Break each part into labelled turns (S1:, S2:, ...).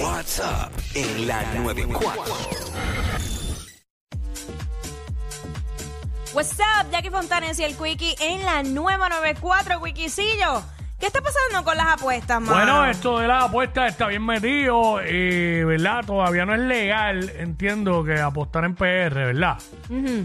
S1: WhatsApp en la 94.
S2: What's up, Jackie Fontanes y el Quickie en la nueva 94, Wikicillo. ¿Qué está pasando con las apuestas, mano?
S3: Bueno, esto de las apuestas está bien metido y, ¿verdad? Todavía no es legal, entiendo, que apostar en PR, ¿verdad?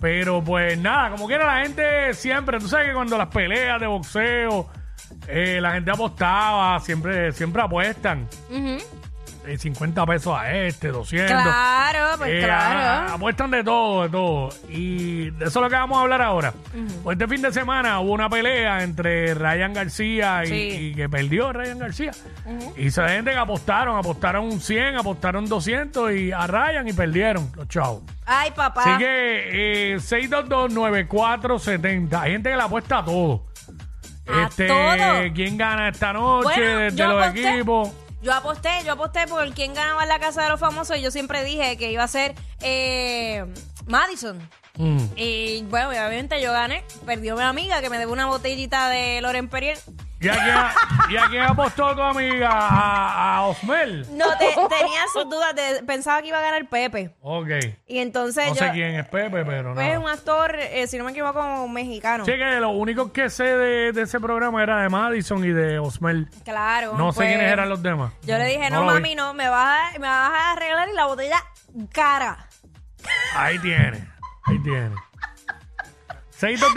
S3: Pero pues nada, como quiera la gente siempre, tú sabes que cuando las peleas de boxeo, eh, la gente apostaba, siempre, siempre apuestan.
S2: Ujú.
S3: eh, 50 pesos a este, 200.
S2: Claro, pues
S3: Eh, a-
S2: claro.
S3: apuestan de todo, de todo. Y de eso es lo que vamos a hablar ahora. Pues este fin de semana hubo una pelea entre Ryan García y,
S2: Sí.
S3: y que perdió Ryan García. Y se gente que apostaron, apostaron 100, apostaron 200 y a Ryan y perdieron los chavos.
S2: Ay, papá.
S3: Así que eh, 6229470. Hay gente que le apuesta a todo. Este,
S2: A todo.
S3: ¿Quién gana esta noche
S2: Bueno,
S3: de, de
S2: yo
S3: los
S2: aposté.
S3: equipos?
S2: Yo aposté, yo aposté por quién ganaba en la casa de los famosos y yo siempre dije que iba a ser eh, Madison.
S3: Mm.
S2: Y bueno, obviamente yo gané. Perdió mi amiga que me debe una botellita de Loren Perrier.
S3: ¿Y a quién, y a quién apostó tu amiga? ¿A, a Osmel?
S2: No, te- tenía sus dudas, de- pensaba que iba a ganar Pepe.
S3: Ok.
S2: Y entonces
S3: No
S2: Pues yo...
S3: sé quién es Pepe, pero
S2: Pepe es un
S3: no.
S2: actor, eh, si no me equivoco, un mexicano.
S3: Che, que los únicos que sé de, de ese programa era de Madison y de Osmel.
S2: Claro.
S3: No sé
S2: pues,
S3: quiénes eran los demás.
S2: Yo le dije, no,
S3: lo vi.
S2: mami, no, me vas, a, me vas a arreglar la botella cara.
S3: Ahí tiene, ahí tiene.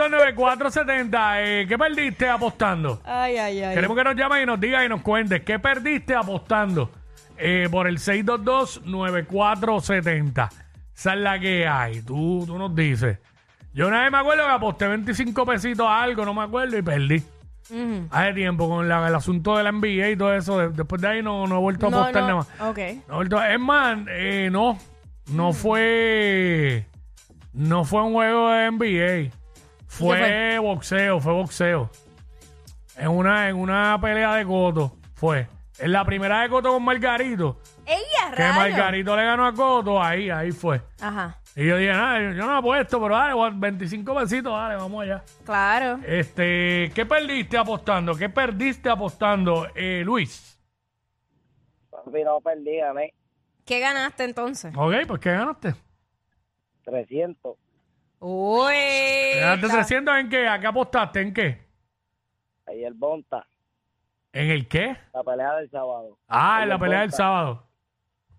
S3: 6229470, eh, ¿qué perdiste apostando?
S2: Ay, ay, ay.
S3: Queremos que nos llames y nos digas y nos cuentes, ¿qué perdiste apostando? Eh, por el 6229470. Esa es la que hay, tú, tú nos dices. Yo una vez me acuerdo que aposté 25 pesitos a algo, no me acuerdo, y perdí.
S2: Ujú.
S3: Hace tiempo con la- el asunto de la NBA y todo eso, de- después de ahí no, no he vuelto a
S2: No,
S3: apostar
S2: no,
S3: nada más.
S2: Ok.
S3: No, Alberto, es más, eh, no,
S2: Mm.
S3: no fue, no fue un juego de NBA, fue,
S2: fue?
S3: boxeo, fue boxeo. En una, en una pelea de Coto, fue. En la primera de Coto con Margarito,
S2: Ella,
S3: que
S2: rayo.
S3: Margarito le ganó a Coto, ahí, ahí fue.
S2: Ajá,
S3: Y yo dije, nada, yo, yo no apuesto, pero dale, guau, 25 pesitos, dale, vamos allá.
S2: claro.
S3: Este, ¿qué perdiste apostando? ¿Qué perdiste apostando, eh, Luis?
S4: Papi, no pues, perdí, gané
S2: ¿Qué ganaste entonces?
S3: Ok, pues ¿qué ganaste?
S2: Eh,
S4: 300
S2: Uy.
S3: ¿Ganaste
S2: la-
S3: 300 en qué? ¿A qué apostaste? ¿En qué?
S4: ahí el Bonta,
S3: ¿En el qué?
S4: la pelea del sábado.
S3: Ah,
S4: Ahí
S3: en la
S4: el
S3: pelea del
S4: Bonta.
S3: sábado.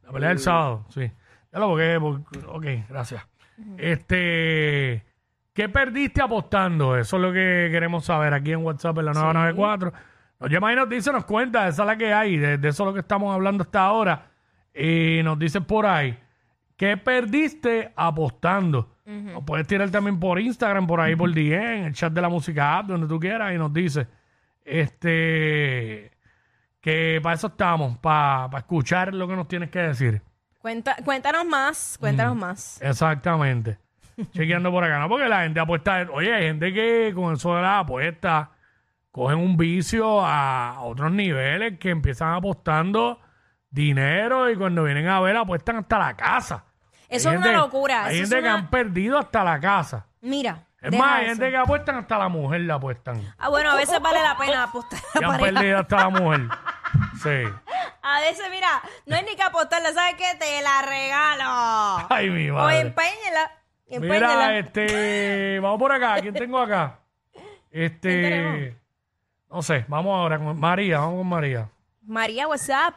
S3: La pelea del sábado, sí. Ya lo porque, porque- ok, gracias. Este, ¿qué perdiste apostando? Eso es lo que queremos saber aquí en WhatsApp en la 994. Nos llama y nos dice, nos cuenta, esa es la que hay, de, de eso es lo que estamos hablando hasta ahora. Y nos dice por ahí, ¿qué perdiste apostando? Nos puedes tirar también por Instagram, por ahí, por DM, en el chat de la música app, donde tú quieras, y nos dice, este, que para eso estamos, para, para escuchar lo que nos tienes que decir.
S2: Cuenta- cuéntanos más,
S3: Mm.
S2: cuéntanos más.
S3: Exactamente. Chequeando por acá, no porque la gente apuesta, oye, hay gente que con eso de las apuestas cogen un vicio a otros niveles que empiezan apostando dinero y cuando vienen a ver apuestan hasta la casa.
S2: Eso
S3: Hay
S2: es una
S3: gente-
S2: locura,
S3: Hay
S2: eso es
S3: gente que
S2: una-
S3: han perdido hasta la casa.
S2: Mira.
S3: Es
S2: deja
S3: más, hay
S2: eso.
S3: gente que apuestan hasta la mujer la apuestan.
S2: Ah, bueno, a veces vale la pena apostar a
S3: Y
S2: la
S3: han
S2: pareja.
S3: perdido hasta la mujer. Sí.
S2: A veces, mira, no es ni que apostarla, ¿sabes qué? Te la regalo.
S3: Ay, mi
S2: O
S3: madre.
S2: empéñela. Empéñela.
S3: Mira, este, vamos por acá. ¿Quién tengo acá?
S2: ¿Quién tenemos?
S3: Este, no sé, vamos ahora con María, vamos con María.
S2: María, WhatsApp.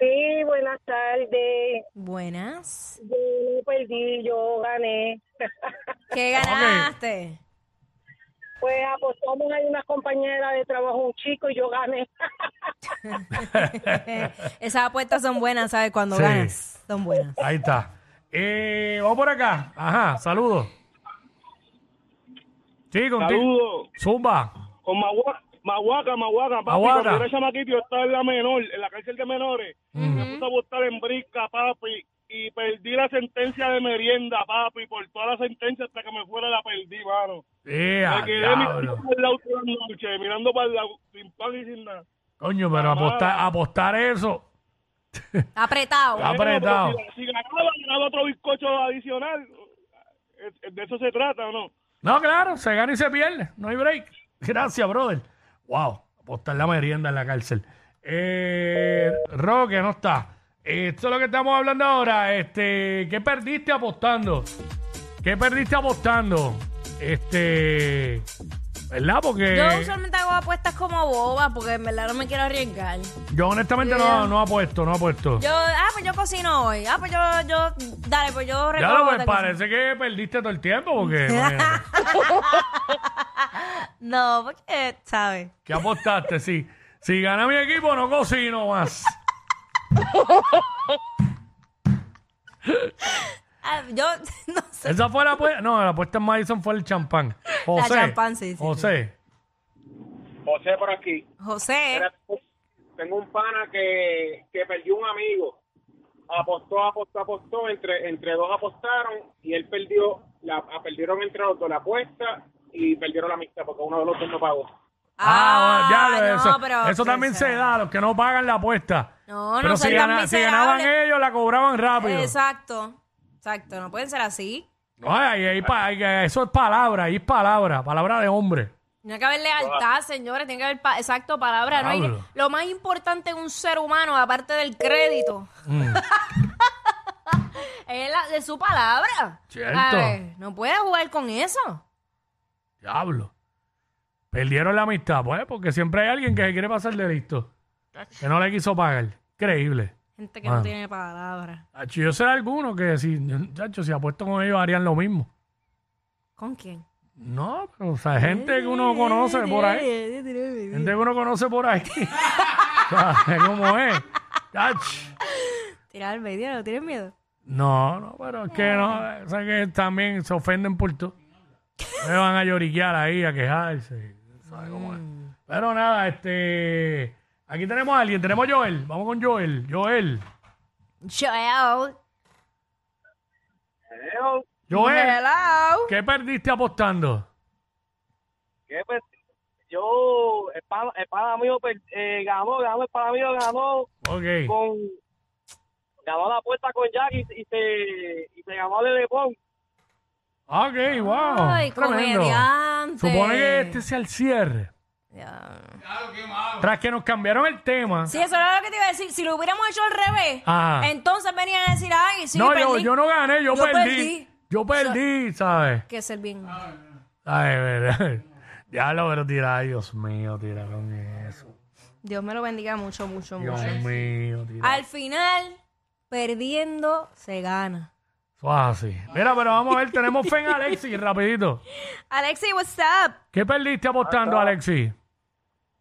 S5: Sí, buenas tardes.
S2: Buenas.
S5: Yo no perdí, yo gané.
S2: ¿Qué ganaste?
S5: Pues apostamos a una compañera de trabajo, un chico, y yo gané.
S2: Esas apuestas son buenas, ¿sabes? Cuando
S3: Sí.
S2: ganas, son buenas.
S3: Ahí está. Eh, vamos por acá. Ajá, saludos. Sí, contigo.
S6: Saludos.
S3: Zumba.
S6: Con Mahuaca, Mahuaca, Mahuaca. Papi,
S3: Mahuaca.
S6: Cuando yo era chamaquito, yo estaba en la menor, en la cárcel de menores. Me puse a votar en brisca, papi. Y perdí la sentencia de merienda, papi. Por toda la sentencia hasta que me fuera la perdí, mano.
S3: Eh,
S6: Me
S3: a
S6: quedé
S3: diablo.
S6: mirando para el lado toda la noche, mirando para el lado, sin pan y sin nada.
S3: Coño, pero apostar, apostar eso.
S2: Apretado.
S3: Está apretado.
S6: Pero Si, si ganaba, ganaba otro bizcocho adicional. Eh, ¿De eso se trata o no?
S3: No, claro, se gana y se pierde. No hay break. Gracias, brother. Wow, apostar la merienda en la cárcel. Eh, Roque, no está. Esto es lo que estamos hablando ahora. Este, ¿Qué perdiste apostando? ¿Qué perdiste apostando? Este. ¿Verdad? Porque.
S2: Yo usualmente hago apuestas como boba porque en verdad no me quiero arriesgar.
S3: Yo honestamente no, no apuesto, no apuesto.
S2: Yo, ah, pues yo cocino hoy. Ah, pues yo, yo, dale, pues yo
S3: Ya lo
S2: recojo.
S3: pues
S2: otra cosa.
S3: parece que perdiste todo el tiempo porque. imagínate.
S2: No, porque, ¿sabes?
S3: ¿Qué apostaste? Si, si gana mi equipo, no cocino más.
S2: Ah, yo, no sé.
S3: Esa fue la apuesta. No, la apuesta en Madison fue el champán. José.
S2: champán, sí, sí, sí.
S3: José.
S7: José por aquí.
S2: José,
S7: Era- Tengo un pana que, que perdió un amigo. Apostó, apostó, apostó. Entre, entre dos apostaron y él perdió. La, ah, perdieron entre los dos la apuesta y perdieron la amistad porque uno de los dos no pagó.
S2: Ah,
S3: bueno, ya,
S2: no,
S3: eso,
S2: pero
S3: eso
S2: que
S3: también
S2: sea.
S3: se da, los que no pagan la apuesta.
S2: No, no
S3: pero si,
S2: sean tan
S3: gana- si
S2: miserables.
S3: ganaban ellos, la cobraban rápido.
S2: Exacto, exacto, no pueden ser así.
S3: No, ahí- ahí pa- ahí- eso es palabra, ahí es palabra, palabra de hombre.
S2: Tiene que haber lealtad, señores, tiene que haber, pa- exacto, palabra. No hay-
S3: Diablo.
S2: lo más importante en un ser humano, aparte del crédito,
S3: Mm.
S2: es la de su palabra.
S3: Cierto.
S2: A ver, no puede jugar con eso.
S3: Diablo. Perdieron la amistad, pues, porque siempre hay alguien que se quiere pasar de listo. Que no le quiso pagar. Increíble.
S2: Gente que
S3: Mano.
S2: no tiene palabra.
S3: Chacho, Yo sé de algunos que si, chacho, si apuesto con ellos harían lo mismo.
S2: ¿Con quién?
S3: No, pero, o sea, gente que uno conoce por ahí. Gente que uno conoce por ahí. ¿Sabes cómo es? Chacho.
S2: Tirar al medio, ¿no tienes miedo?
S3: No, no, pero es que no, o sea que también se ofenden por todo. Me van a lloriquear ahí, a quejarse. ¿sabes cómo es? Pero nada, este. Aquí tenemos a alguien, tenemos a Joel. Vamos con Joel. Joel.
S2: Joel.
S3: Joel,
S2: Hello.
S3: ¿qué perdiste apostando?
S4: ¿Qué, pues? Yo, el pana, el pana mío per- eh, ganó, ganó, el pana mío ganó
S3: Ok.
S4: con. Ganó la puerta con Jack y, y se, y se ganó el Lebón.
S3: Ok, wow.
S2: Ay,
S3: tremendo.
S2: comediante.
S3: Supone que este sea el cierre.
S2: Ya.
S3: Tras que nos cambiaron el tema.
S2: Sí, eso era lo que te iba a decir. Si lo hubiéramos hecho al revés,
S3: Ajá.
S2: entonces venían a decir, ay, sí,
S3: Ah. no, yo,
S2: perdí.
S3: yo no gané, yo,
S2: Yo
S3: perdí.
S2: perdí.
S3: Yo perdí, ¿sabes?
S2: Que ser bien.
S3: Ay, verdad. Diablo, pero tira, ay, Dios mío, tira con eso.
S2: Dios me lo bendiga mucho, mucho,
S3: Dios
S2: mucho.
S3: mío, tira.
S2: Al final, perdiendo se gana.
S3: Eso es así. Mira, pero vamos a ver, tenemos fe en Alexis, rapidito.
S2: Alexi, what's up?
S3: ¿Qué perdiste
S4: Ah,
S3: apostando, Alexis?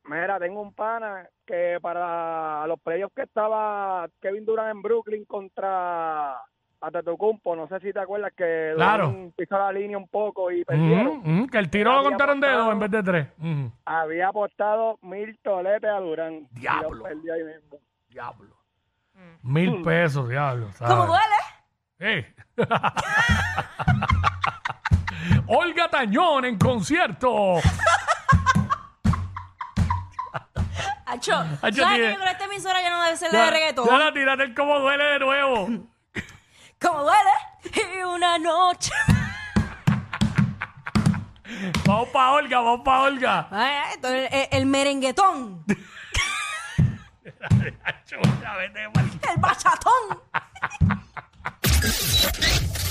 S4: Mira, tengo un pana que para los playoffs que estaba Kevin Durant en Brooklyn contra Atatucumpo, no sé si te acuerdas que
S3: Claro.
S4: Durant pisó la línea un poco y
S3: Ujú,
S4: perdieron.
S3: ujú, Mm, que el tiro lo
S4: Había
S3: contaron de dos en
S4: apostado.
S3: vez de tres. Mm. Ujú.
S4: Había apostado mil toletes a Durant.
S3: Diablo.
S4: Y los perdió ahí mismo.
S3: Diablo.
S4: Mm.
S3: Mil pesos, diablo. ¿sabes?
S2: ¿Cómo duele?
S3: Sí. Olga Tañón en concierto.
S2: Acho,
S3: Acho,
S2: ¿sabes
S3: tiene-
S2: que yo creo que esta emisora ya no debe ser la de reggaetón?
S3: Ya la tiraste como duele de nuevo.
S2: ¿Cómo duele? Y una noche.
S3: Vamos pa' Olga, vamos pa' Olga.
S2: Ay, esto es el, el merenguetón,
S3: Chuta, vete pa'l-
S2: el bachatón.